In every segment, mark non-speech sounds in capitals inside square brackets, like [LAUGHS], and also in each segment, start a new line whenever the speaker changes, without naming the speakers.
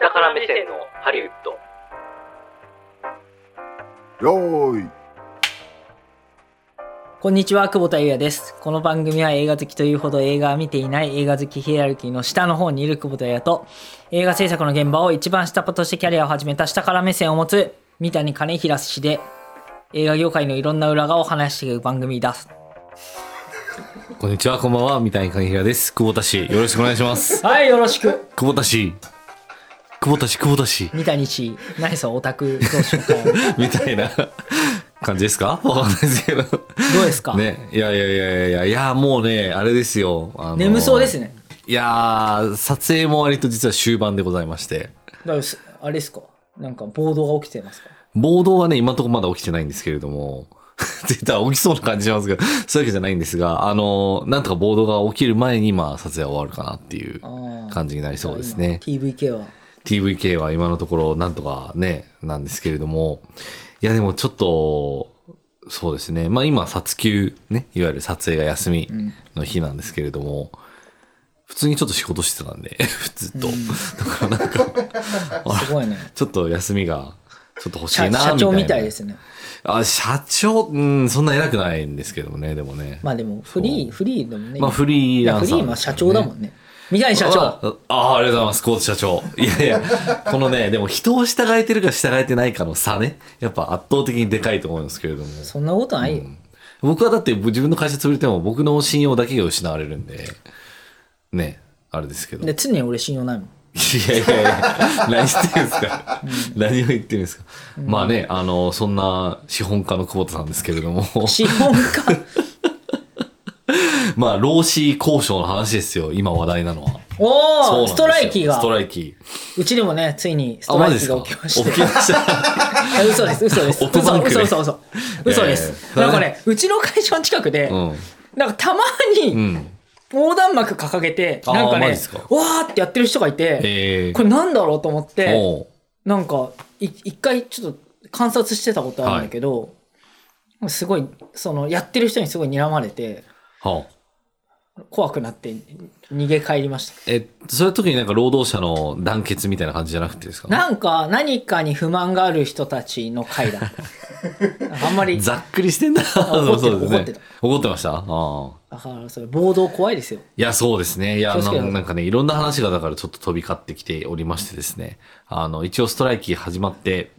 下から目線のハリウッド
よーい
こんにちは、久保田祐也です。この番組は映画好きというほど映画は見ていない映画好きヒエラルキーの下の方にいる久保田祐也と映画制作の現場を一番下っ端としてキャリアを始めた下から目線を持つ三谷兼平氏で映画業界のいろんな裏側を話していく番組です。
こんにちは、こんばんは、三谷影平です。久保田氏、よろしくお願いします。
はい、よろしく。
久保田氏、久保田氏、久保田氏、
三谷氏、何そのオタク同士の会話
[LAUGHS] みたいな [LAUGHS] 感じですかわかんないですけど。
どうですか、
ね、いやいやいやいやいや、もうね、あれですよ。あの
眠そうです。ね。
いやー、撮影も割と実は終盤でございまして。
だからすあれですかなんか暴動が起きてますか
暴動はね、今のところまだ起きてないんですけれども、 [LAUGHS] って言ったら起きそうな感じしますけど、そういうわけじゃないんですが、あの、なんとか暴動が起きる前に今、撮影は終わるかなっていう
あー
感じになりそうですね。
今 TVK は。
TVK は今のところなんとかね、なんですけれども、いやでもちょっと、そうですね。まあ今、撮休ね、いわゆる撮影が休み
うん
の日なんですけれども、普通にちょっと仕事してたんで、 [LAUGHS] ずっと。だからなんか、
すごいね。
ちょっと休みが、ちょっと欲しい
社
なみたいな。
社長みたいですね。
あ、社長、うん、そんな偉くないんですけどもね、でもね。
まあでも、フリー、
そう
フリーだもんね。
まあフリーランサー
いやフリーは社長だもんね。三谷社長。
ああありがとうございます、コーチ社長。いやいや、このね、でも人を従えてるか従えてないかの差ね、やっぱ圧倒的にでかいと思うんですけれども。
そんなことないよ。
僕はだって自分の会社潰れても僕の信用だけが失われるんで、ね、あれですけど。い
で、常に俺信用ないもん。
やいやいや、何言ってるんですか、何を言ってるんですか、まあね、あの、そんな資本家の久保田さんですけれども、 [LAUGHS]
資本家。
まあ、労使交渉の話ですよ、今話題なのは。そうなん
おお
です
ス
よ
トライキが
ス。トライキ。
うちでもね、ついにスト
マ
ラ
ジ
イ
で
キ
すか
が起きまし
[LAUGHS] 起きま
て。
した。
いや [LAUGHS] 嘘です、嘘です。
オット
嘘、
バンク
嘘、
で
嘘、嘘。嘘で
いやい
す。
や
なんかね、うちの会社の近くで
う、ん。
なんかたま
う
に
ん。
横断幕掲げて、
あー
なんか
マジ
ね
っすか、
わーってやってる人がいて、
ええ
これなんだろうと思って、
おう
なんか、い一回ちょっと観察してたことあるんだけど、すごい、その、やってる人にすごい睨まれて、
はあ
怖くなって逃げ帰りまし
え、そういう時になんか労働者の団結みたいな感じじゃなくてですか
た。なんか、何かに不満がある人たちの会だ。なん
[LAUGHS]
かあんまり、だ
ざっくりしてんな。
怒ってた
[LAUGHS] そうです
怒
ね
ってた
怒ってましたああ。
から、それ、暴動怖いですよ。
いや、そうですね。いや、
気をつ
な
けろ
なんかね、いろんな話がだからちょっと飛び交ってきておりましてですね。あの、一応ストライキ始まって、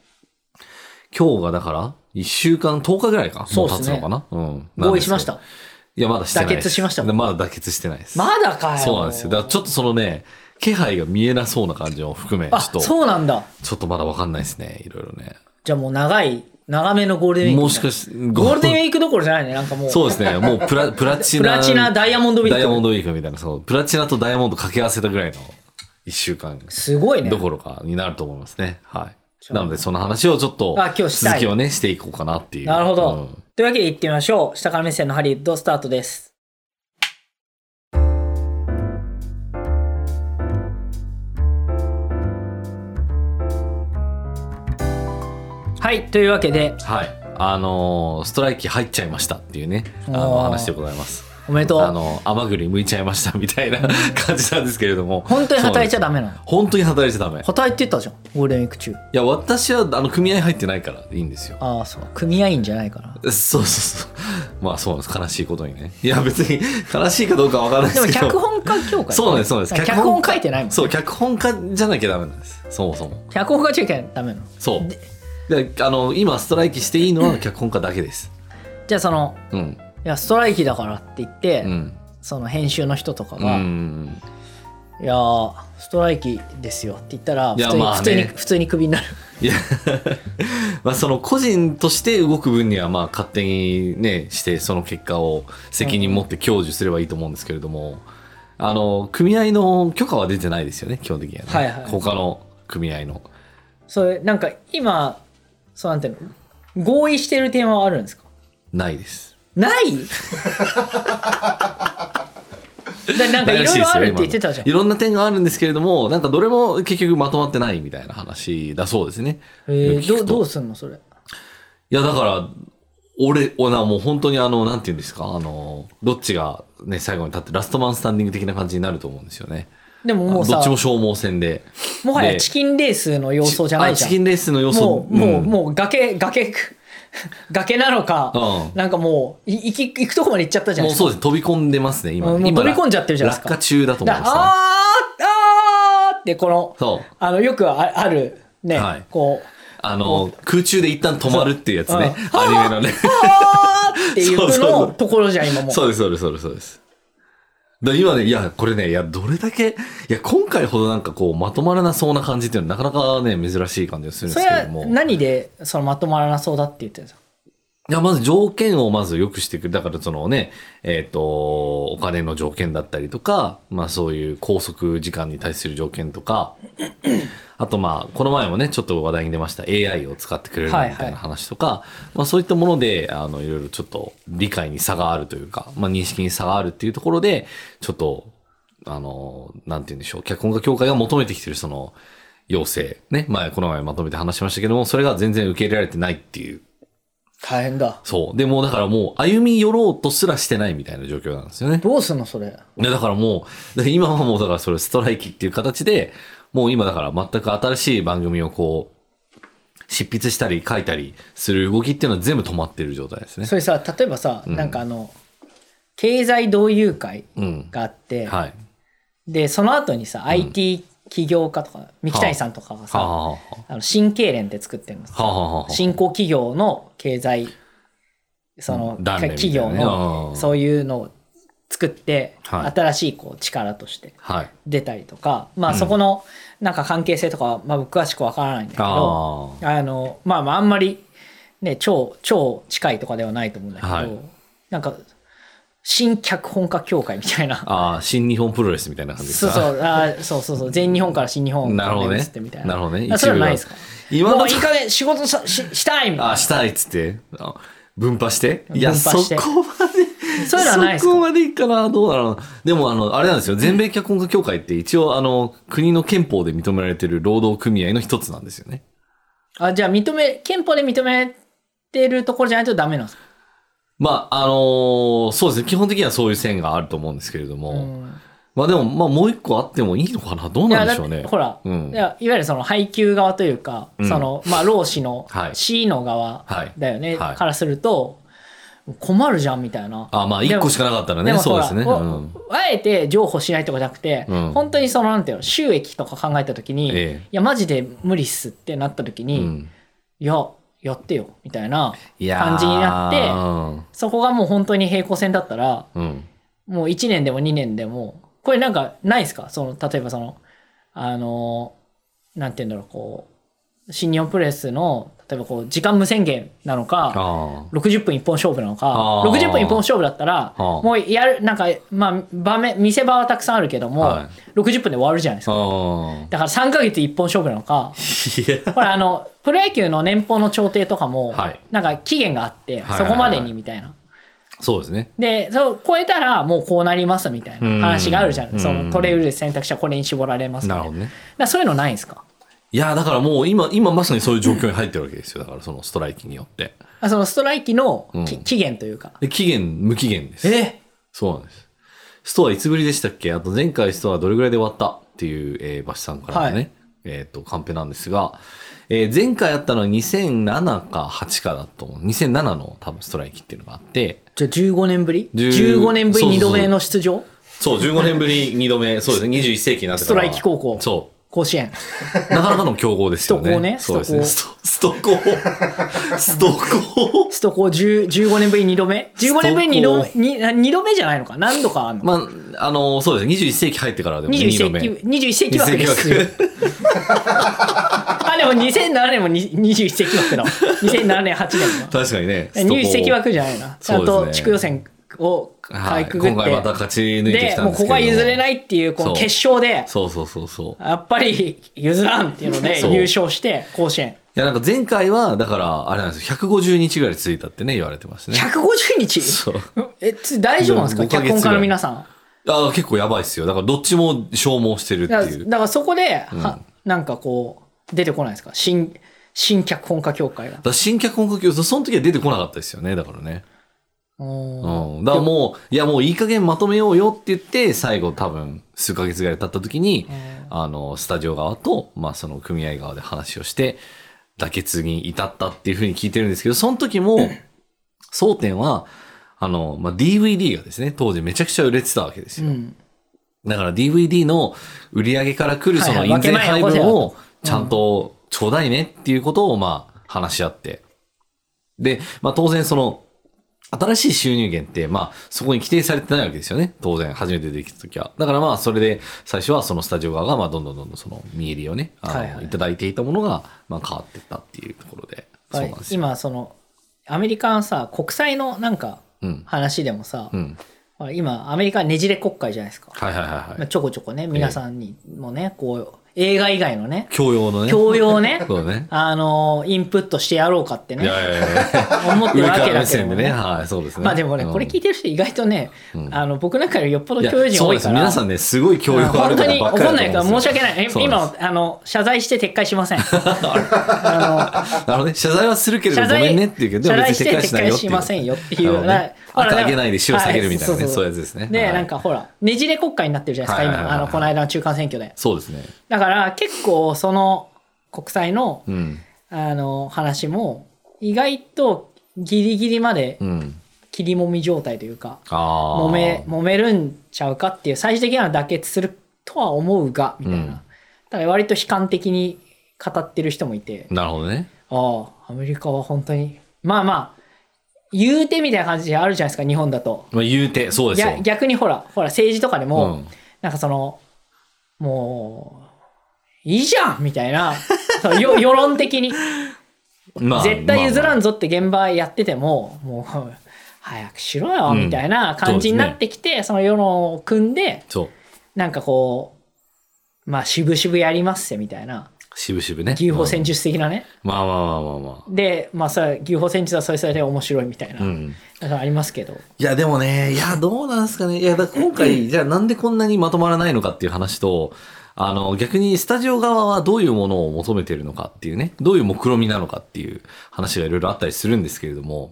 今日がだから、1週間、10日ぐらいか。
そうっ
も
す
う経
ね
つのかなうん。
合意しまし
なん
た
です。けど。いや、まだしてないで
妥
す。
結しました
まだ妥結してないです。
まだかよ。
そうなんですよ。だからちょっとそのね、気配が見えなそうな感じも含め、ちょ
あ、
っと、
そうなんだ。
ちょっとまだわかんないですね。いろいろね。
じゃあもう長い、長めのゴールデンウィーク。
もしかして、
ゴ
ゴ
ールデンウィークどころじゃないね。なんかもう、
そうですね。もう
[LAUGHS]
プラ、プラチ
プ
ナ。
ラチナ、ダイヤモンドウィー
ダイヤモン
ク。
ドウィークみたいな、そう、プラチナとダイヤモンド掛け合わせたぐらいの一週間
すごいね
ど。ころかになると思いますね。はい。
ゃあ
なので、その話をちょっと
あ今日、したい
続きをね、していこうかなっていう。
なるほど、
うん
というわけで行ってみましょう下から目線のハリウッドスタートですはいというわけで
はい。あのーストライキ入っちゃいましたっていうね、あ
おー
の、話でございます。
おめでと
あ
う
の、甘栗剥いちゃいましたみたいな感じなんですけれども。
本当に働いちゃダメなの
そうなんです本当に働いちゃダメ。い
答えてたじゃんゴールデンウィーク中
や、私は、あの、組合入ってないからいいんですよ。
ああそう組合員じゃない
[LAUGHS]
から
そうそうそう。まあそうなんです。悲しいことにね。いや別に悲しいかどうかわからないで
ですも
けど。
脚本家協会
そうなんです、そうなんです。
脚本書いてないもん
そう、脚本家じゃなきゃダメなんです。そもそも。
脚本家協会ダメなの
そう。で、あの、今ストライキしていいのは脚本家だけです。
じゃあその
うん。
いやストライキだからって言って、
うん。
その編集の人とか
う
が、
ん。
いやーストライキですよって言ったら普
いや
通に、
まあね
普通に普通にクビになる [LAUGHS]
いや、 [LAUGHS] まあその個人として動く分にはまあ勝手にね、してその結果を責任持って享受すればいいと思うんですけれども、あの、組合の許可は出てないですよね、基本的にはね。
はいはい
他の組合の。
それなんか今そうなんていうの合意してる点はあるんですか
ないです。
ない [LAUGHS] だなんかいろいろあるって言ってたじゃん
いろんな点があるんですけれども、なんかどれも結局まとまってないみたいな話だそうですね。
えー、
聞
ど
く
う
と
どうすんのそれ
いや、だから、俺、俺はもう本当にあの、なんて言うんですか、あの、どっちがね、最後に立ってラストマンスタンディング的な感じになると思うんですよね。
でももう
ど
さ
っちも消耗戦で。
もはや
で
チキンレースの様相じゃないじゃ
あ
ん
チキンレースの要素
もう、もう、
ん
もう崖、崖、崖なのか、
うん
なんかもう、い行き、行くとこまで行っちゃったじゃな
も
いうですか。
そうです。飛び込んでますね、今。
うんもう
今
飛び込んじゃってるじゃないですか
落下中だと思
だあ
い
ー
ます、ね。
あーって、この、
そう。
あの、よくあある、ね、
はい
こ
[LAUGHS] あの、空中で一旦止まるっていうやつね。
そううん
アニメのね。
う、あーっていう
そうそうそ
の
う
ところじゃん、今もう。
そうです、そうです、そうです、そうです。だ今ね、いや、これね、いや、どれだけ、いや、今回ほどなんかこう、まとまらなそうな感じっていうのは、なかなかね、珍しい感じがするん
それ
ですけれ
は
ども。
何でそのまとまらなそうだって言ってるんですか
いや、まず条件をまず良くしていく。だからそのね、えっ、と、お金の条件だったりとか、まあそういう拘束時間に対する条件とか、あとまあ、この前もね、ちょっと話題に出ました AI を使ってくれるみ
はい
た
はい
いな話とか、まあそういったもので、あの、いろいろちょっと理解に差があるというか、まあ認識に差があるっていうところで、ちょっと、あの、なんて言うんでしょう、脚本家協会が求めてきてるその、要請、ね、前、この前まとめて話しましたけども、それが全然受け入れられてないっていう
大変だ。
そう。でもうだからもう歩み寄ろうとすらしてないみたいな状況なんですよね。
どうすんの、それ。
でだからもう、で今はもうだからそれストライキっていう形で、もう今だから全く新しい番組をこう、執筆したり書いたりする動きっていうのは全部止まってる状態ですね
そ。れさ、例えばさ、
うん
なんかあの、経済同友会
うん。
があって、
はい。
で、その後にさ、IT 起業家とか、三木谷さんとかが
は
さ、
あはあは
あの新経連って作ってるんです
あはあはあはあ。
新興企業の経済その、
うん断面みた
企
いな
業
ね
の
うん
そういうのを作って、
はい
新しいこう力として
はい。
出たりとか、まあ、
うん
そこのなんか関係性とかは、まあ、僕詳しくわからないんだけど
あ
あの、まあ、まああんまり、ね、超超近いとかではないと思うんだけど、
はい
なんか新脚本家協会みたいな
あ。。ああ、新日本プロレスみたいな感じです
そう
か。。
そうう、あーそうそうそう、全日本から新日本
なるほどね
移ってみたいな。
なるほどね
あそれはないですか
今
も
の
ういい加減仕事さししたいみたいな。
あ、したいっつって。あ分派していや、
分
そ
派して
こまで。
そういうのはないですか
そこまでいいかな、どうだろうな。でも、あの、あれなんですよ。全米脚本家協会って一応、あの、国の憲法で認められてる労働組合の一つなんですよね。
あじゃあ認め憲法で認めてるところじゃないとダメなんですか、
まあ、あのーそうですね。基本的にはそういう線があると思うんですけれども。
うん
まあでも、まあもう一個あってもいいのかなどう
い
な
や
ん
だ
で
っ
しょう
て
ね。
ほら、
うん
いやいわゆるその配給側というか、
うん
そのまあ労使の
はい
C の側
はい
だよね、
はい
からすると困るじゃんみたいな。
あ、まあ一個しかなかったら
で
ね、
も
そうですね。
ほら
う
お
ん
あえて譲歩しないとかじゃなくて、
うん
本当にそのなんていうの収益とか考えた時に、
ええ
いやマジで無理っすってなった時
う
に、
ん。
いややってよみたいない
やー
感じになってそこがもう本当に平行線だったら
うん。
もう1年でも2年でも、これなんかないですかその、例えばその、あの、なんて言うんだろう、こう、新日本プロレスの、例えばこう、時間無宣言なのか、
あ
60分一本勝負なのか
あ、ー
60分一本勝負だったら、
あー
もうやる、なんか、まあ、場面、見せ場はたくさんあるけども、
は
60分で終わるじゃないです
あ。
か。
あ
だから3ヶ月一本勝負なのか、
ーいや。
これあの、プロ野球の年俸の調停とかも、
はい
なんか期限があって、
はいはい
そ
はい
こまでにみたいな。
そうですね。
でそう超えたらもうこうなりますみたいな話があるじゃ
うんん
そ
うん
の取れうる選択肢はこれに絞られますみ
な
たい
る
な
ほど
だか
ね。
らそういうのないんですか
いや、だからもう今、今まさにそういう状況に入ってるわけですよ。だからそのストライキによって。
あそのストライキのき、
うん
期限というか
で、期限、無期限です。
え
そうなんです。ストアいつぶりでしたっけあと前回ストアどれぐらいで終わったっていう、えー、バシさんからのね、
はい
えっ、と、カンペなんですが、えー前回あったのは2007か8かだと思う。2007の多分ストライキっていうのがあって、
じゃあ15年ぶり
10
15年ぶり
そう
2
そうそう
度目の出場
そう、15年ぶり2度目、そうですね、21世紀になって
ストライキ高校
そう。
甲子園
なかなかの競合ですよね。
[LAUGHS] スト
そう
コーね
ですね。スト、ストコ [LAUGHS] ー。ストコー。
ストコ10 15年ぶり2度目15年ぶり2度
スト
にあ二度目じゃないのか何度かあるのか、
まあ、あの、そうですね。21世紀入ってからでも
21
2度
世
目。
紀21世紀枠です
21世紀枠
[LAUGHS] あでも2007年もに21世紀枠だ2007年8年も
確かにね。
入籍枠じゃないな。ちゃん
そう
と
です
地
ね
区予選をか
はいい、
くぐって。
今回また勝ち抜いてき
で、
たん
もう
です
こ
けれども
こは譲れないっていう、この
そう
決勝で、
そうそうそうそう。
やっぱり譲らんっていうので
そう
優勝して、甲子園。
いや、なんか前回は、だから、あれなんですよ、150日ぐらい続いたってね、言われてますね。
150日
そう。
え、つ大丈夫なんですか
でも
脚
5ヶ月
本家の皆さん。
あ結構やばいっすよ。だから、どっちも消耗してるって
だから
いう。
だからそこで、
うん
はなんかこう、出てこないですか新、新脚本家協会が
だ。から新脚本家協その時は出てこなかったですよね、だからね。
うん
うん。だからもう、いやもういい加減まとめようよって言って、最後多分数ヶ月ぐらい経った時に、あの、スタジオ側と、まあその組合側で話をして、妥結に至ったっていうふうに聞いてるんですけど、その時も、争点は、あの、まあ DVD がですね、当時めちゃくちゃ売れてたわけです
う
よ。
ん。
だから DVD の売り上げから来る
はい
そ
は
の
い
印税配
分け
分
前よ
をちゃんとちょうだいねっていうことをまあ話し合って。で、まあ当然その新しい収入源ってまあそこに規定されてないわけですよね。当然初めてできた時は。だからまあそれで最初はそのスタジオ側がまあどんどんどんどんその見えりをね、あの
はいはい
いただいていたものがまあ変わっていったっていうところで。そうなんですよ。
今そのアメリカのさ国債のなんか
うん。
話でもさ
う、ん。
ほら今アメリカねじれ国会じゃないですか、
はいはいはい
ま
は
あ
い。
ちょこちょこね皆さんにもね、こう映画以外のね
教養のね。
教養をね
[LAUGHS] そうだね。
あのインプットしてやろうかって
いやい
ね [LAUGHS]
やいや。
思ってる
上
わ
か
け
ら
だけど
目線でね。はい、そうですね。
まあでもね、
うん
これ聞いてる人意外とね、
うん
あの僕なんかよりよっぽど
いや
教養人
そう
多
で
い
す
から
皆さんね、すごい教
あ
養
の
がある
本当
方
に
ばっかり
怒んないから申し訳
ない。
ないえ
そうなん
今
で
あの謝罪して撤回しま
[LAUGHS]
せんあの
なるほどね。謝罪はするけれど、
謝
ご
罪
めんねっていうけど、
謝
で
罪
も別
し
に
て
撤回
撤
しな
回
いよって
し
いう。
ませんよっていう
なるほどね
ほら
赤あげないで塩下げるみたいなね
は
そういうやつですね
で、
はい
なんかほらねじれ国会になってるじゃないですか、
はいはいはい
今
はい
あのこの間の中間選挙で
そうですね。
だから結構その国債の
うん。
あの話も意外とギリギリまで
うん。
切りもみ状態というか、
ああ。
揉め揉めるんちゃうかっていう最終的には妥結するとは思うがみたいな、
うん
だから割と悲観的に語ってる人もいて、
なるほどね。
ああ、アメリカは本当に。まあまあ、言うてみたいな感じあるじゃないですか、日本だと。
まあ言うて、そうですよ。
逆逆にほら、ほら、政治とかで
う
も、
ん。
なんかその、もう、いいじゃんみたいな、 [LAUGHS] そうよ世論的に、
まあ
絶対譲ら
ん。
んぞって現場やってても、もう、 [LAUGHS] 早くしろよ、みたいな感じになってきて、その世論を組んで、
そう。
なんかこう、まあ、渋々やりますよ、みたいな。
渋々ね。
牛歩戦
術。
術的なね。
まあまあまあまあまあ。
で、まあ、それ牛歩戦術はそれそれで面白いみたいな。
うん。
だからありますけど。
いや、でもね、いや、どうなんですかね。いや、だから今回、じゃあなんでこんなにまとまらないのかっていう話と、あの、逆にスタジオ側はどういうものを求めてるのかっていうね、どういう目論みなのかっていう話がいろいろあったりするんですけれども、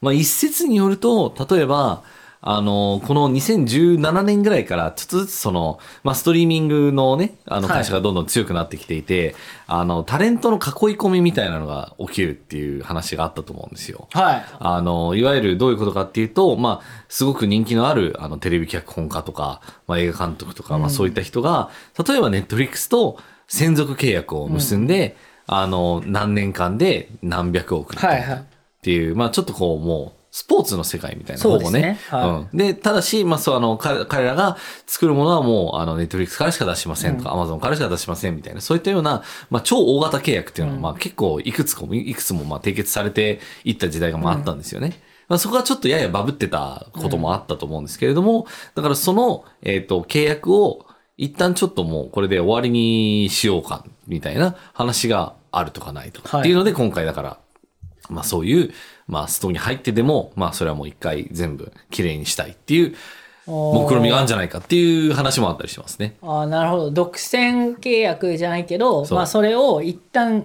まあ、一説によると、例えば、あの、この2017年ぐらいから、ちょっとずつその、まあ、ストリーミングのね、あの、
はい
会社がどんどん強くなってきていて、あの、タレントの囲い込みみたいなのが起きるっていう話があったと思うんですよ。
はい。
あの、いわゆるどういうことかっていうと、まあ、すごく人気のある、あの、テレビ脚本家とか、まあ、映画監督とか、ま
うん
あ、そういった人が、例えばネットフリックスと専属契約を結んで、あの、何年間で何百億みたいな
はいはい
っていう、まあ、ちょっとこう、もう、スポーツの世界みたいな、
そう
ほ
です
ぼ
ね
ね。
はい
うんで、ただし、まあ、そう、あの、彼彼らが作るものはもう、あの、ネットフリックスからしか出しませんとか、アマゾンからしか出しませんみたいな、そういったような、まあ、超大型契約っていうのは、
うん
まあ、結構、いくつかも、いくつも、まあ、締結されていった時代が、まあ、あったんですよね。まあ、そこはちょっとややバブってたこともあったと思うんですけれども、だからその、えっ、と、契約を、一旦ちょっともう、これで終わりにしようか、みたいな話があるとかないとか。
はい
っていうので、今回だから、まあそういう、まあストーンに入ってでも、まあそれはもう一回全部綺麗にしたいっていう目論見みがあるんじゃないかっていう話もあったりしますね。
ああ、なるほど。独占契約じゃないけど、
そう
まあ、それを一旦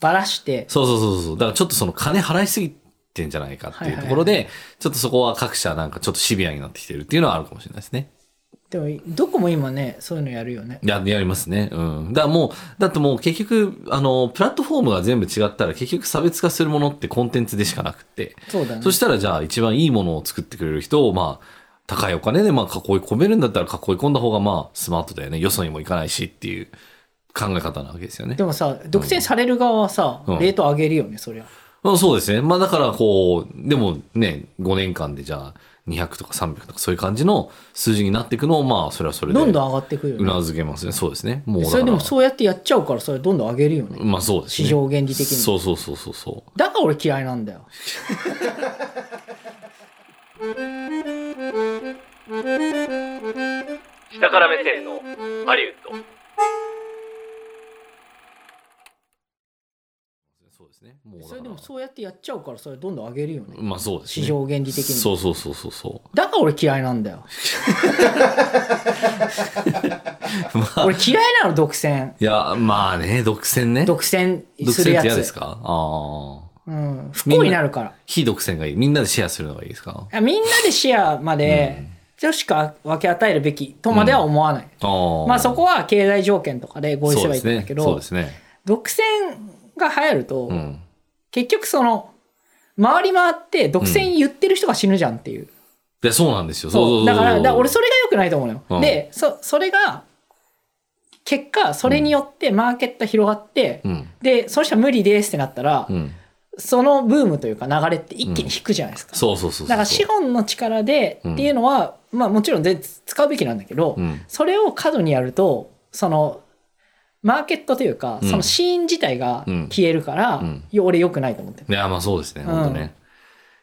ばらして、
そうそうそうそう。だからちょっとその金払いすぎてんじゃないかっていうところで、ちょっとそこは各社なんかちょっとシビアになってきてるっていうのはあるかもしれないですね。
でも、どこも今ね、そういうのやるよね。
や、やりますね。うん。だからもう、だってもう結局、あの、プラットフォームが全部違ったら結局差別化するものってコンテンツでしかなくって。
そうだね。
そしたらじゃあ一番いいものを作ってくれる人をまあ高いお金でまあ囲い込めるんだったら囲い込んだ方がまあスマートだよね。よそにも行かないしっていう考え方なわけですよね
で。もさ、独占される側はさ、
うん
レート上げるよね、そりゃ。
まあ、そうですね。まあだからこう、でもね、5年間でじゃあ200とか300とかそういう感じの数字になっていくのをまあそれはそれで。
どんどん上がってくる
う
よね。
なずけますね。そうですね。もうだ
そ
から
れでもそうやってやっちゃうから、それどんどん上げるよね。
まあそうです
市
ね。
場原理的に
そうそうそうそうそう。
だから俺嫌いなんだよ。
下から目線のハリウッド
そうですね。もうだ
そ
から
れでもそうやってやっちゃうから、それどんどん上げるよね。
まあそうです
市
ね。
場原理的に。
そうそうそうそうそう。
だから俺嫌いなんだよ。
[LAUGHS] まあ、
俺嫌いなの、独占。
いや、まあね、独占ね。
独占
独
する
占
や
って
つ。
嫌ですかああ。
うん、不幸になるから。
非独占がいい。みんなでシェアするのがいいですか
いやみんなでシェアまで女子か分け与えるべきとまでは思わない、
ああ。
まあそこは経済条件とかで合意すればいいんだけ
そう
ど、
ですね。
独占が流行ると、
そうですね
結局その回り回って独占言ってる人が死ぬじゃんっていう、
うん。で、そうなんですよ。そうそう
そ
そう
だ
う
からだから俺それが良くないと思うのよ、
うん
でそそれが結果それによってマーケット広がって、
うん。
でその人は無理ですってなったら、
うん。
そのブームというか流れって一気に引くじゃないですか、
そうそうそうそう。
だから資本の力で
うん
っていうのは、まあもちろん全然使うべきなんだけど、
うん。
それを過度にやるとそのマーケットというか、
うん
そのシーン自体が
うん
消えるから、
うん
よ俺良くないと思ってる、
いや、まあそうですね。
うん
本当ね。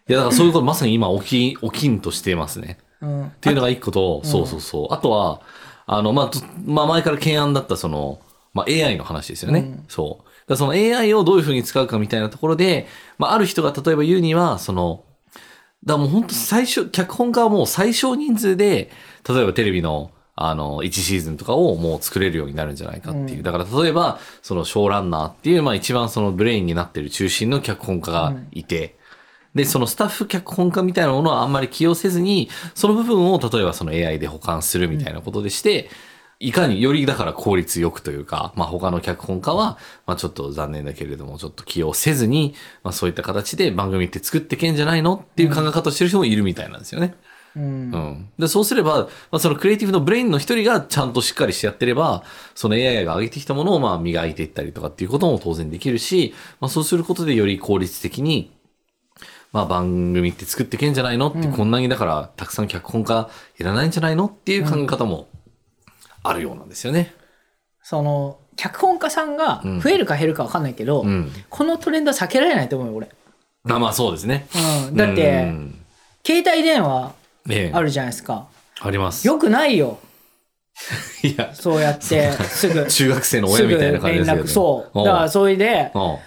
いや、だからそういうことまさに今起き、起きんとしてますね。
うん
っていうのが一個と、
うん
そうそうそう。あとは、あの、まあ、とまあ、前から懸案だったその、まあ、AI の話ですよね。
うん
そう。だからその AI をどういうふうに使うかみたいなところで、まあ、ある人が例えば言うには、その、だからもう本当最初、脚本家はもう最小人数で、例えばテレビの、あの、1シーズンとかをもう作れるようになるんじゃないかっていう。
うん
だから例えば、そのショーランナーっていう、まあ一番そのブレインになってる中心の脚本家がいて、で、そのスタッフ脚本家みたいなものはあんまり起用せずに、その部分を例えばその AI で保管するみたいなことでして、いかによりだから効率よくというか、まあ他の脚本家は、まあちょっと残念だけれども、ちょっと起用せずに、まあそういった形で番組って作ってけんじゃないのっていう考え方をしてる人もいるみたいなんですよね。
うん
うん。で、そうすれば、まあそのクリエイティブのブレインの一人がちゃんとしっかりしてやってれば、その AI が上げてきたものをまあ磨いていったりとかっていうことも当然できるし、まあそうすることでより効率的にまあ、番組って作ってけんじゃないのって、
うん
こんなにだからたくさん脚本家いらないんじゃないのっていう考え方もあるようなんですよね。
その脚本家さんが増えるか減るか分かんないけど、
うん。
このトレンドは避けられないと思うよ俺、
まあまあそうですね。
うん、だって、
うん
携帯電話
ええ
あるじゃないですか
あります。
よくないよ
いや、
そうやってすぐ
中学生の
す
[LAUGHS] 親
ぐ
みたい
連
な感じですよね。
絡そう
お
だからそれで
お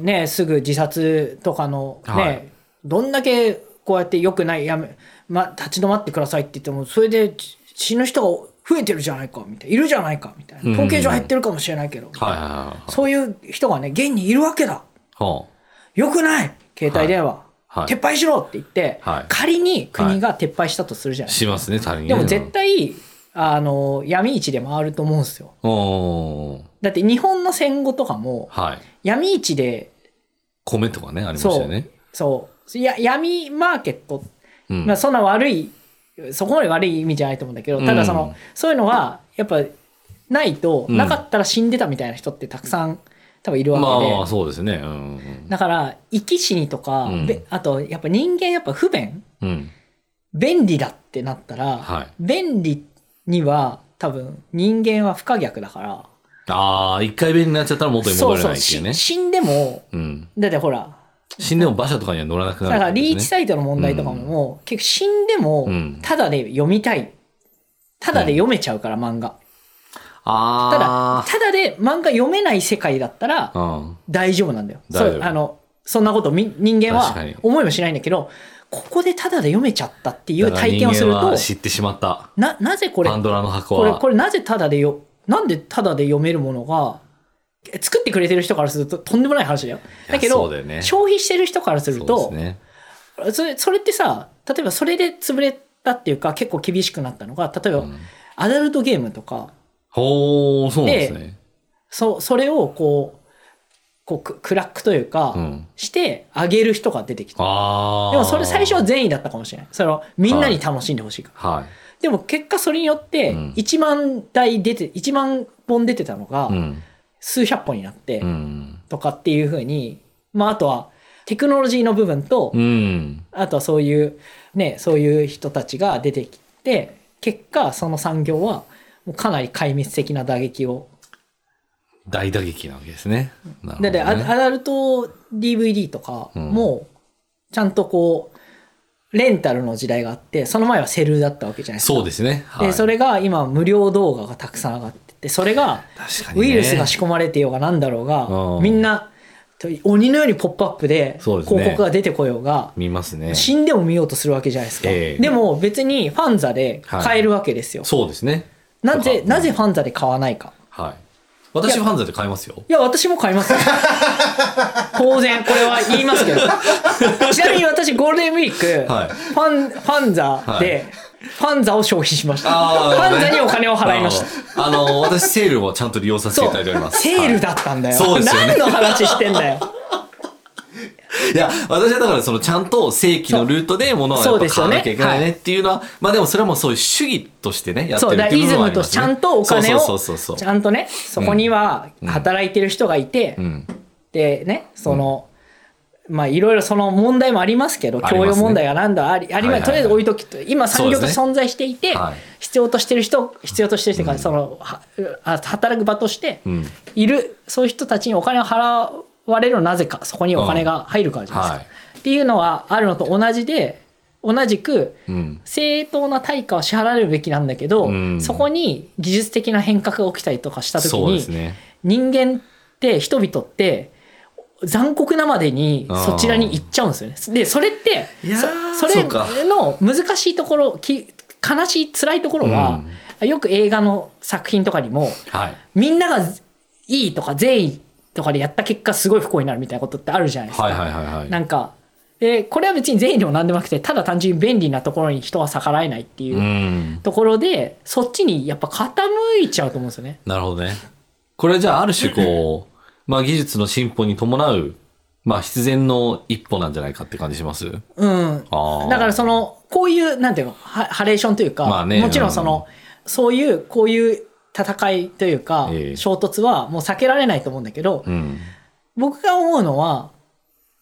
ね、すぐ自殺とかの、ね
はい
どんだけこうやって良くないやめ、ま、立ち止まってくださいって言ってもそれでち死ぬ人が増えてるじゃないかみたいないるじゃないかみたいな
うん
統計上減ってるかもしれないけど、
はいはいはいはい。
そういう人がね現にいるわけだ
お
良くない携帯電話、
はい
撤廃しろって言って、
はい
仮に国が撤廃したとするじゃない、
しますね、他人ね
でも絶。対あの闇市で回ると思うんですよ
うんおー
だって日本の戦後とかも
はい。
闇市で
米とかね、ありましたよね。
そうや闇マーケット
うん
まあ、そんな悪いそこまで悪い意味じゃないと思うんだけど
うん
ただその、そういうのがやっぱないと、
うん
なかったら死んでたみたいな人ってたくさん多分いる
ま
わ
あ
けで、
まあ、そうですね。うん
だから生き死にとか、
うん
べあとやっぱ人間やっぱ不便
うん。うん。
便利だってなったら、
はい
便利には多分人間は不可逆だから
ああ、一回弁になっちゃったら元に戻れないっていうね
し。死んでも
うん。
だってほら
死んでも馬車とかには乗らなく
だ
なる
か
っ
ら
てことですね、
リーチサイトの問題とかももう結構死んでも
うん
ただで読みたいただで読めちゃうから漫画ただ
あ
ただで漫画読めない世界だったら
あ。うん。
大丈夫なんだよ
大丈夫
そうあのそんなことみ人間は
確かに
思いもしないんだけどここでただで読めちゃったっていう
だから
体験をする
人間
と
は知ってしまった。
ななぜこれ
パンドラの箱
これ
は。
これなぜただでよなんでただで読めるものがえ作ってくれてる人からするととんでもない話だよ
いや
だけ
そ
ど
うだよね
消費してる人からすると
そうですね。
それそれってさ例えばそれで潰れたっていうか結構厳しくなったのが例えば、
うん
アダルトゲームとか
ほー、そうなんですね。
そそれをこうこうククラックというか、
うん。
してあげる人が出てきた
ああ。
でもそれ最初は。善意だったかもしれないそのみんなに楽しんでほしいから、
は
でも結果それによって
うん
1万台出て1万本出てたのが
い。うん。
数百本になって
うん。
とかっていうふうに、まああとはテクノロジーの部分と、
うん。
あとはそういうねそういう人たちが出てきて結果その産業はもうかなり壊滅的な打撃を
大打撃なわけですね。なる
だ
ほど
って
ね
アアダルト DVD とか
うん
もちゃんとこうレンタルの時代があってその前はセルだったわけじゃないですか
そうですね。は
で
い
それが今無料動画がたくさん上がっててそれが
確かにね
ウイルスが仕込まれてようがなんだろうが、
うん
みんなと鬼のように「ポップアップで
そうで
広
すね
告が出てこようが
見ますね。
死んでも見ようとするわけじゃないですか、
ええ
でも別にファンザで買えるわけですよ、
そうですね。
なぜ
とか
なぜファンザで買わないか
はい。私は犯罪で買いますよ。
いや、私も買います
[LAUGHS]
よ。当然、これは言いますけど。ちなみに私、ゴールデンウィーク、
はい
ファン、ファンザで、
はい
ファンザを消費しました。
あ
フ
ー
ァンザにお金を払いました。
た。あの、私、セールをちゃんと利用させていただいております。
セールだったんだよ。
そうですよね
何の話してんだよ。
いや、私はだから、その、ちゃんと正規のルートで物をや
そ
っ
う
ぱ
です
買
よ
わ
ね
なきゃいけないねっていうのは、まあでもそれはもうそういう主義としてね、やってる
そ
っ
う、だ
て
から
い
イ
う
ズ
のはあ
ム
りま
と
すね。
ちゃんとお金を、
そうそうそう
ち
そう。
ゃんとね、そこには働いてる人がいて、
うん。
でねその、まあいろいろその問題もありますけど
あり
教
ますね
養問題が何だありありま
はいはいはい
とりあえず置いときと今産業として
そ
存在していて、
はい
必要としてる人必要としてる人が、そのはあ働く場として
うん。
いるそういう人たちにお金を払われるのはなぜかそこにお金が入るからじゃないですか。
はい
っていうのはあるのと同じで同じく
うん。
正当な対価を支払われるべきなんだけど、
うん
そこに技術的な変革が起きたりとかした時
そうで
に
す、ね。
人間って人々って残酷なまでに
あー
そちらに行っちゃうんですよね。でそれって
いやー
そそ
そ
れ
うか
の難しいところき悲しい辛いところは、よく映画の作品とかにも
はい。
みんながいいとか善意とかでやった結果すごい不幸になるみたいなことってあるじゃないですか。
はいはいはいはい。。
なんかでこれは別に善意でも何でもなくてただ単純に便利なところに人は逆らえないっていううんところで、そっちにやっぱ傾いちゃうと思うんですよね。
なるほどね。これはじゃあある種こう、まあ技術の進歩に伴う、まあ必然の一歩なんじゃないかって感じします
うん、
ああ。
だからそのこういうなんていうのハハレーションというか、
まあね
もちろんその、そういうこういう戦いというか、
ええ
衝突はもう避けられないと思うんだけど、
うん。
僕が思うのは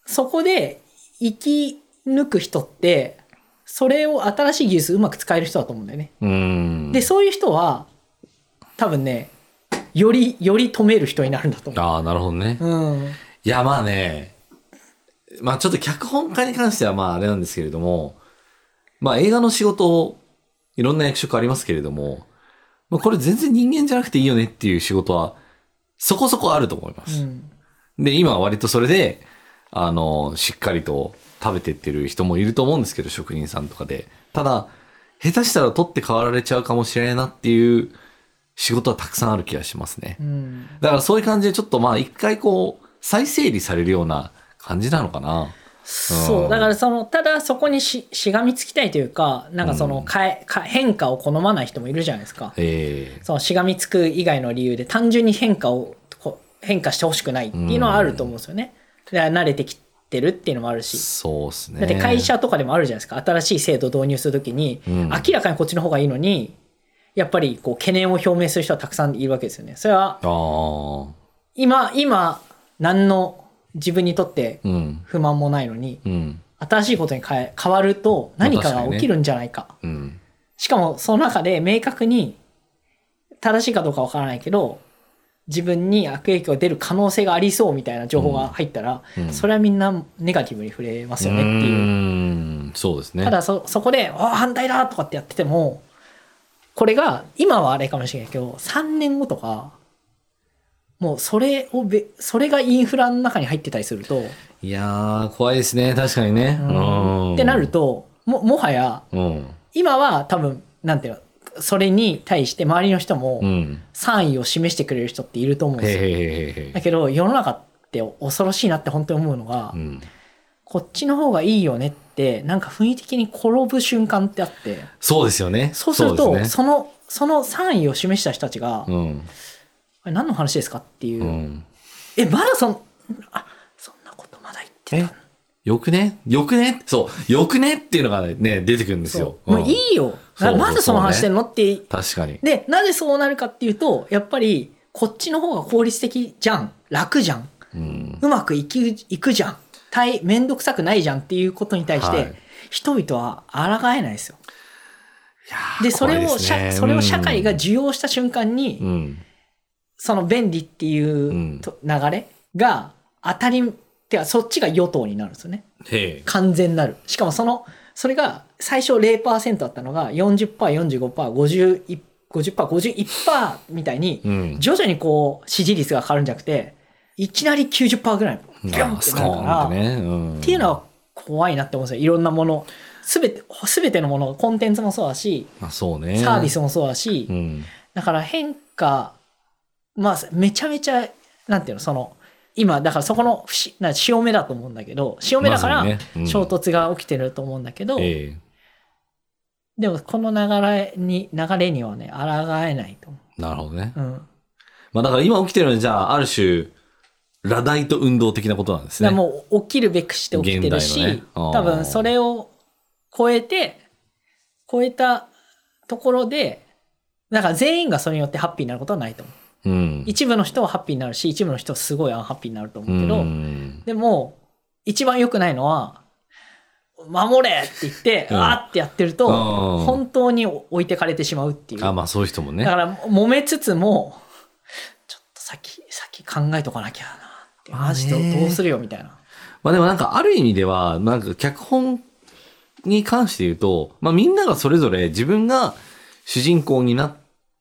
そこで生き抜く人ってそれを新しい技術うまく使える人だと思うんだよね。
うん。
でそういう人は多分ねよりより止める人になるんだと思う。
ああ、なるほどね。
うん、
いや、まあね、まあちょっと脚本家に関してはまああれなんですけれども、まあ映画の仕事、いろんな役職ありますけれども、まあこれ全然人間じゃなくていいよねっていう仕事はそこそこあると思いま
う
す。
ん
で、今は割とそれで、あの、しっかりと食べてってる人もいると思うんですけど、職人さんとかで。ただ、下手したら取って代わられちゃうかもしれないなっていう仕事はたくさんある気がしますね。
うん
だからそういう感じでちょっとまあ一回こう再整理されるような感じなのかな。
そううんだからそのただそこにししがみつきたいというかなんかその
うん
変え、か変化を好まない人もいるじゃないですか
え
そのしがみつく以外の理由で単純に変化をこう変化してほしくないっていうのはあると思うんですよね、だから慣れてきてるっていうのもある
え
し
そうですね。
だって会社とかでもあるじゃないですか新しい制度導入するときに、
うん
明らかにこっちの方がいいのにやっぱりこう懸念を表明する人はたくさんいるわけですよねそれは
ああ、
今今何の自分にとって
うん、
不満もないのに、
うん、
新しいことに変え変わると何かが起きるんじゃないか
うん。
しかもその中で明確に正しいかどうかわからないけど自分に悪影響が出る可能性がありそうみたいな情報が入ったら、
うんうん
それはみんなネガティブに触れますよねっていうう
ーんそうですね。
ただそそこで「あ反対だ!」とかってやっててもこれが今はあれかもしれないけど3年後とかもうそれをべそれがインフラの中に入ってたりすると、
いやー怖いですね確かにね。
う
うんん、
ってなる。とももはや
うん、
今は多分なんていうのそれに対して周りの人
う
も
ん。
賛意を示してくれる人っていると思うん
へへ
ですよ。
へへ
だ
へ。
けど世の中って恐ろしいなって本当に思うのが、
うん、
こっちの方がいいよねってなんか雰囲気的に転ぶ瞬間ってあって
そうですよね。
そうするとそ
ですね
のその賛意を示した人たちが「あ
うん、
れ何の話ですか?」っていう「
うん。
えまだそんあそんなことまだ言ってた
えよくねよくねそうよくねっていうのがね出てくるんですよ
そ。うも
ん
ういいよ、
そうそう
まだその話してんの?」って
確かに。
で、なぜそうなるかっていうと、やっぱり、こっちの方が効率的じゃん。楽じゃん。
うん、
うまくいく、いくじゃん。大、めんどくさくないじゃんっていうことに対して、
はい
人々は抗えないですよ。
いやー
で、それ
怖い
を
です
社、
ね
それを社会が
うん
受容した瞬間に、
うん
その便利ってい
ん
うと流れが当たり、てかそっちが与党になるんですよね。
へえ。
完全なる。しかもその、それが最初0%だったのが40%、45%、51%、50%、51%みたいに、
うん。
徐々にこう支持率が変わるんじゃなくていきなり90%ぐらいビュンってなるから、
ね。うん。
っていうのは怖いなって思うんですよいろんなもの全て全てのものコンテンツもそうだし
まあそうね。
サービス
を。
もそうだし、
うん。
だから変化まあ、めちゃめちゃ、なんていうの、その、今、だからそこの節、な潮目だと思うんだけど、潮目だから
まさにねうん
衝突が起きてると思うんだけど、
え
でもこの流れに、流れにはね、抗えないと思
えなるほどね
う。。うん。だか
まあだから今起きてるのはじゃあある種、ラダイト運動的なことなんですね。
らもう起きるべくして起きてるし、
現代のねあー
多分それを超えて、超えたところで、だから全員がそれによってハッピーになることはないと思う。
うん。
一部の人はハッピーになるし、一部の人はすごいアンハッピーになると思うけど、
うん
でも、一番良くないのは、守れって言って、
うん
あーってやってると、
うん
本当に置いてかれてしまうっていう。
あ、まあそういう人もね。
だから、揉めつつも、ちょっと先、先考えとかなきゃなって。
まあね
マジでどうするよみたいな。
まあでもなんかある意味では、なんか脚本に関して言うと、まあみんながそれぞれ自分が主人公になっ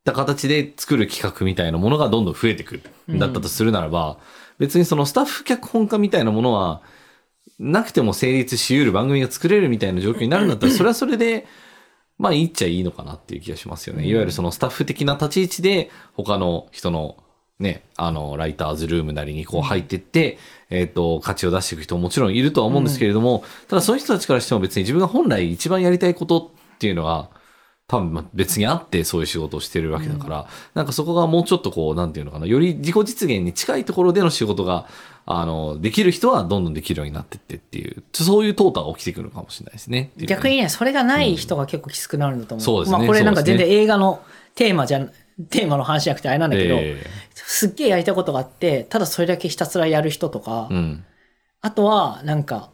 た形で作る企画みたいなものがどんどん増えてく
うん
る。だったとするならば、別にそのスタッフ脚本家みたいなものは、なくても成立し得る番組が作れるみたいな状況になるんだったら、それはそれで、まあ、いいっちゃいいのかなっていう気がしますよね。
うん
いわゆるそのスタッフ的な立ち位置で、他の人のね、あの、ライターズルームなりにこう入ってって、えっ、と、価値を出していく人ももちろんいるとは思うんですけれども、ただそういう人たちからしても別に自分が本来一番やりたいことっていうのは、多分まあ別にあってそういう仕事をしてるわけだから、なんかそこがもうちょっとこう、なんていうのかな、より自己実現に近いところでの仕事が、あの、できる人はどんどんできるようになってってっていう、そういう淘汰が起きてくるのかもしれないですね。っていうね
逆にね、それがない人が結構きつくなるんだと思う。
そうですね
まあ、これなんか
そう
全
ですね
然映画のテーマじゃ、テーマの話じゃなくてあれなんだけど、
え
すっげえやりたいことがあって、ただそれだけひたすらやる人とか、
えうん。
あとは、なんか、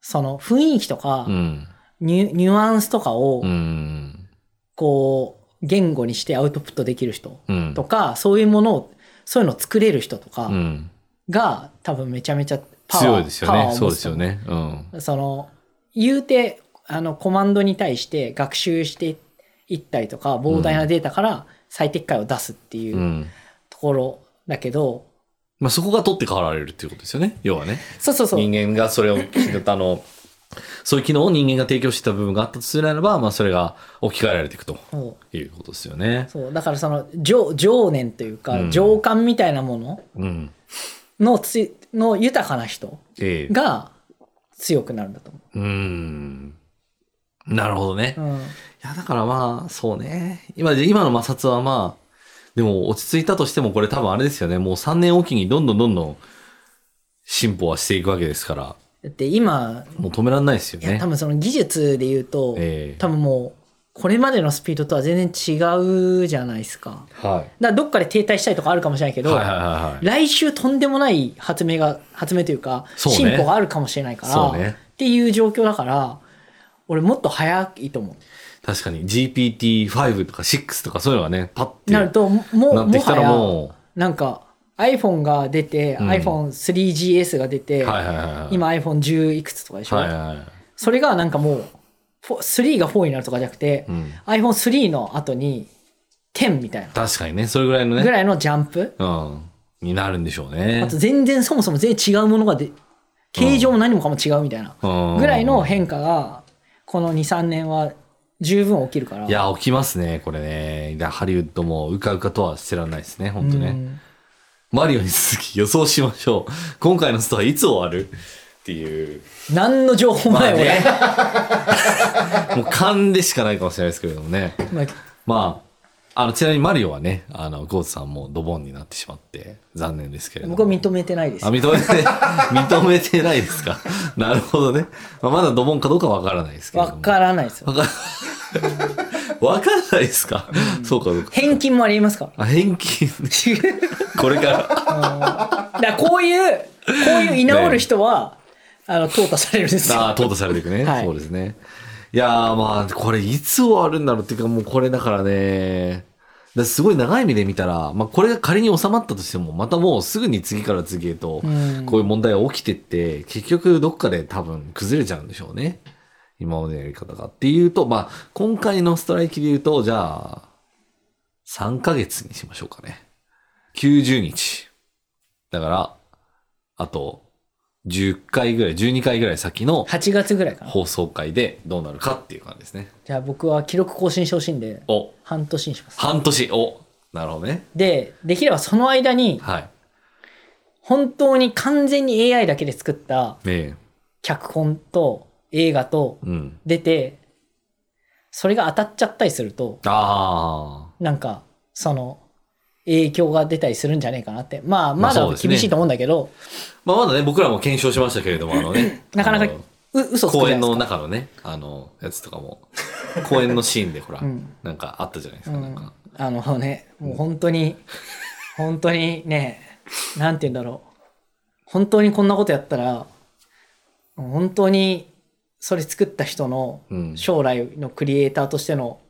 その雰囲気とか
う、ん。
ニュニュアンスとかを
う、ん。
こう、言語にしてアウトプットできる人
うん。
とか、そういうものを、そういうのを作れる人とか
うん。
が、多分めちゃめちゃパワー
強いですよ
パワーを
ね。
持つ
そうですよね。うん。。
その、言うて、あの、コマンドに対して学習していったりとか、膨大なデータから最適解を出すっていうううんところだけど、
まあそこが取って代わられるっていうことですよね。要はね。
そうそうそう。
人間がそれを、あ
[LAUGHS]
の、そういう機能を人間が提供してた部分があったとするならば、まあそれが置き換えられていくと
そう
いうことですよね。
そうだからその情情念というか、
うん
情感みたいなもの
うん。
のつの豊かな人
ええ
が強くなるんだと思
うん。なるほどね。
う。うん
いや、だからまあ、そうね。今、今の摩擦はまあ、でも落ち着いたとしてもこれ多分あれですよね。もう3年おきにどんどんどんどん進歩はしていくわけですから、
だって今、
もう止められないですよ
いや
ね
多。分その技術で言うと、
ええ
多分もうこれまでのスピードとは全然違うじゃないですか。
は
だ
い。
からどっかで停滞したりとかあるかもしれないけど、
はいはいはいはい。
来週とんでもない発明が発明というか
そうね
進歩があるかもしれないから、
そうね
っていう状況だから俺もっと早いと思う。
確かに GPT-5 とか6とかそういうのがね、パッて
なるともも
なって
も
きた
は
ら
や
も
なんか iPhone が出て、
うん
iPhone3GS が出
う、
て、
はいはいはいはい。
今 iPhone10 いくつとかでしょ、
はいはいはい。
それがなんかもうフォ3が4になるとかじゃなくて、
うん
iPhone3 の後に10みたいな
確かにね、それぐらいの
ぐ
ね、
らいのジャンプ、
うん、になるんでしょう
あ
ね
と。全然そもそも全然違うものがで形状も何もかも違うみたいな、
うん
ぐらいの変化がこの23年は十分起きるから
いや、起きますね、これね。いやハリウッドもうかうかとはしてらんないですね、本当ね。
うん
マリオに続き予想しましょう。今回のストはいつ終わるっていう。
何の情報もない俺、
もう勘でしかないかもしれないですけれどもね。
まあ
まあ、あの、ちなみにマリオはね、あの、ゴーズさんもドボンになってしまって、残念ですけれども。
僕は認めてないです
あ、認めて、
[LAUGHS]
認めてないですか。 [LAUGHS] なるほどね。まあ、まだドボンかどうかわからないですけれども。
わからないですよ
わかわからないですか。そうか、そうか。
返金もありますから
あ、返金、これから。
だからこういう、こういう居直る人は、あの、淘汰されるんです
ああ、
よ。
淘汰されていくね。
はい
そうですね。いやーまあ、これいつ終わるんだろうっていうか、もうこれだからね、だからすごい長い目で見たら、まあこれが仮に収まったとしても、またもうすぐに次から次へと
うん、
こういう問題が起きてって、結局どっかで多分崩れちゃうんでしょうね。今までのやり方が。っていうと、まあ、今回のストライキで言うと、じゃあ、3ヶ月にしましょうかね。90日。だから、あと、10回ぐらい、12回ぐらい先の
8月ぐらいかな。
放送回でどうなるかっていう感じですね。
じゃあ僕は記録更新してほしいんで、
お、
半年にします。
半年、お、なるほどね。
で、できればその間に、
はい。
本当に完全に AI だけで作った
ね
脚本と映画と
え。うん。
出て、それが当たっちゃったりすると、
あ
なんか、その、影響が出たりするんじゃねえかなって。まあ、
まあ
まだ
そうですね
厳しいと思うんだけど、。
あ。まあまだね、僕らも検証しましたけれども、あのね [LAUGHS]
なかなか
あの
う嘘つく
公
じゃ
園
ない
の
ですか。
中のね、あの、やつとか [LAUGHS] も、公園のシーンでほら、
うん
なんかあったじゃないですか、なんか。
あのね、もう本当に、本当にね、なんて言うんだろう。本当にこんなことやったら、本当にそれ作った人の
うん
将来のクリエイターとしての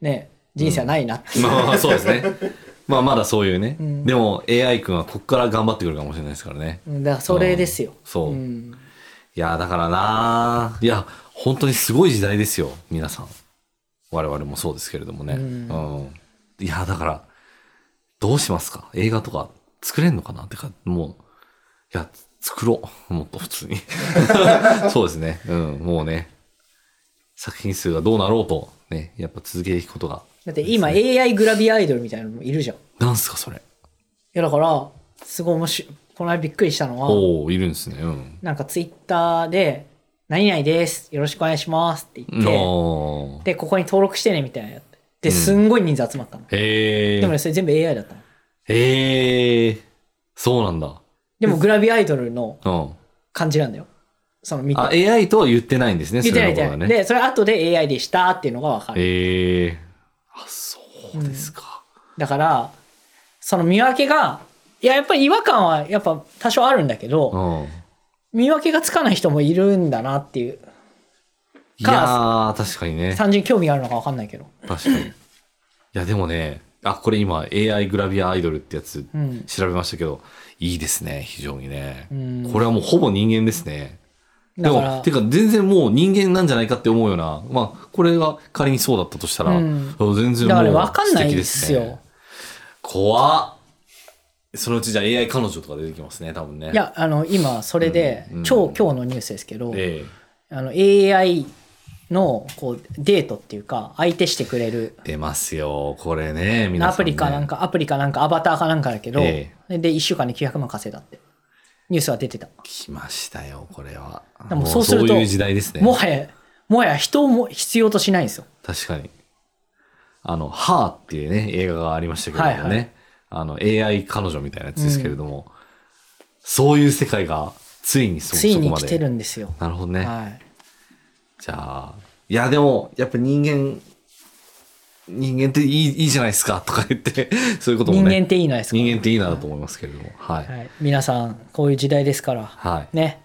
ね、人生はないなっていう。
まあまあそうですね。まあまだそういうね。
うん
でも AI 君はここから頑張ってくるかもしれないですからね。
うんだからそれですよ。
うんそうんいや、だからなあいや、本当にすごい時代ですよ、皆さん。我々もそうですけれどもね。
う
うんん。いや、だから、どうしますか映画とか作れんのかなってか、もう、いや、作ろう。もっと普
[LAUGHS]
通に。そうですね。うん、もうね。作品数がどうなろうと、ね、やっぱ続けていくことが。
だって今
ですね
AI グラビアアイドルみたいなのもいるじゃん。い
なんすか、それ。
やだから、すごい面白い。この間びっくりしたのは、
おおいるんですね。うん。
なんかツイッターで、何々です。よろしくお願いしますって言って、
おー
で、ここに登録してねみたいなのやって。で、
うん
すんごい人数集まったの。
へえ。
でもね、それ全部 AI だったの。
へえ。そうなんだ。
でもグラビアアイドルの
うん。
感じなんだよ。その見て。
あ、AI とは言ってないんですね。
言ってないみたいな。
それのことはね。
で、それ後で AI でしたっていうのがわかる。
ええあ、そうですか。
だから、その見分けが、いや、やっぱり違和感はやっぱ多少あるんだけ
う
ど、
ん。
見分けがつかない人もいるんだなっていう。
いやー、確かにね。
単純に興味があるのかわかんないけど。
確かに。いや、でもね、あ、これ今 AI グラビアアイドルってやつ
うん。
調べましたけど、いいですね、非常にね
う。ん
これはもうほぼ人間ですね。で
だか
も
ら、
てか全然もう人間なんじゃないかって思うような、まあ、これが仮にそうだったとしたら、
うん
全然
だ
も
から
う
わかんない
素敵
ですよ
ね怖っそのうちじゃあ AI 彼女とか出てきますね、多分ね。
い、や、あの、今、それで、
うんうん
超今日のニュースですけど、
え
あの、AI の、こう、デートっていうか、相手してくれる、
え出ますよ、これね、皆さん、ね。
アプリかなんか、アプリかなんか、アバターかなんかだけど、
え
で、1週間で900万稼いだって、ニュースが出てた。
来ましたよ、これは。
でもそうすると
もうそういう時代ですね。
もはや、もはや人をも必要としないんですよ。
確かに。あの、ハーっていうね、映画がありましたけれども
はいは
ね。あの、AI 彼女みたいなやつですけれども、そういう世界がついにそ
つい
そ
に
こま
来
で。
てるんですよ。
なるほどね。
はい。
じゃあ、いや、でも、やっぱ人間、人間っていいいいじゃないですかとか言って、そういうことも
人
ね。
間っていいのですか
人間っていいなと思いますけれども。はい。はい。
はい。皆さん、こういう時代ですから、ね、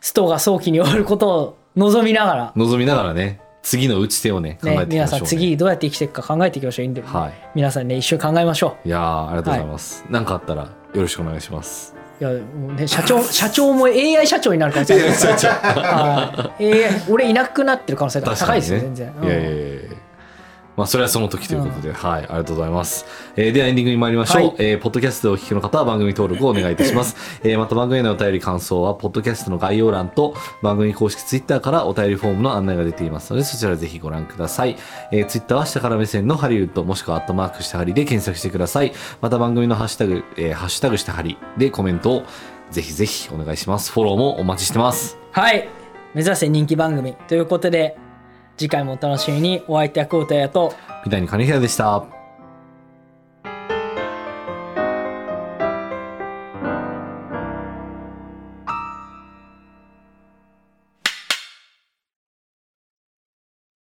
ストが早期に終わることを望みながら、
望みながらね、次の打ち手をね、考え
ね、
ていきま
皆
しょう、ね
さん次どうやって生きていくか考えていきましょう。いいんで、
はい
皆さんね、一緒に考えましょ
いやーありがとうございます。何、かあったらよろしくお願いします。
う。いや、もうね、社長、 [LAUGHS] 社長も AI 社長になる可能性あるはい。AI 俺いなくなってる可能性が
確
高い
かに
ですよ、全然。うん
いやいやいやいやまあ、それはその時ということで、はい、ありがとうございます。えーではエンディングに参りましょう。
はい
えーポッドキャストでお聞きの方は番組登録をお願いいたし
[LAUGHS]
ます。えーまた番組へのお便り感想は、ポッドキャストの概要欄と番組公式ツイッターからお便りフォームの案内が出ていますので、そちらぜひご覧ください。えーツイッターは下から目線のハリウッド、もしくはアットマークしたハリで検索してください。また番組のハッシュタグ、えーハッシュタグしたハリでコメントをぜひぜひお願いします。フォローもお待ちしてます。
はい。目指せ人気番組ということで、次回もお楽しみに。お相手は久保田やと、
みたいに金平でした。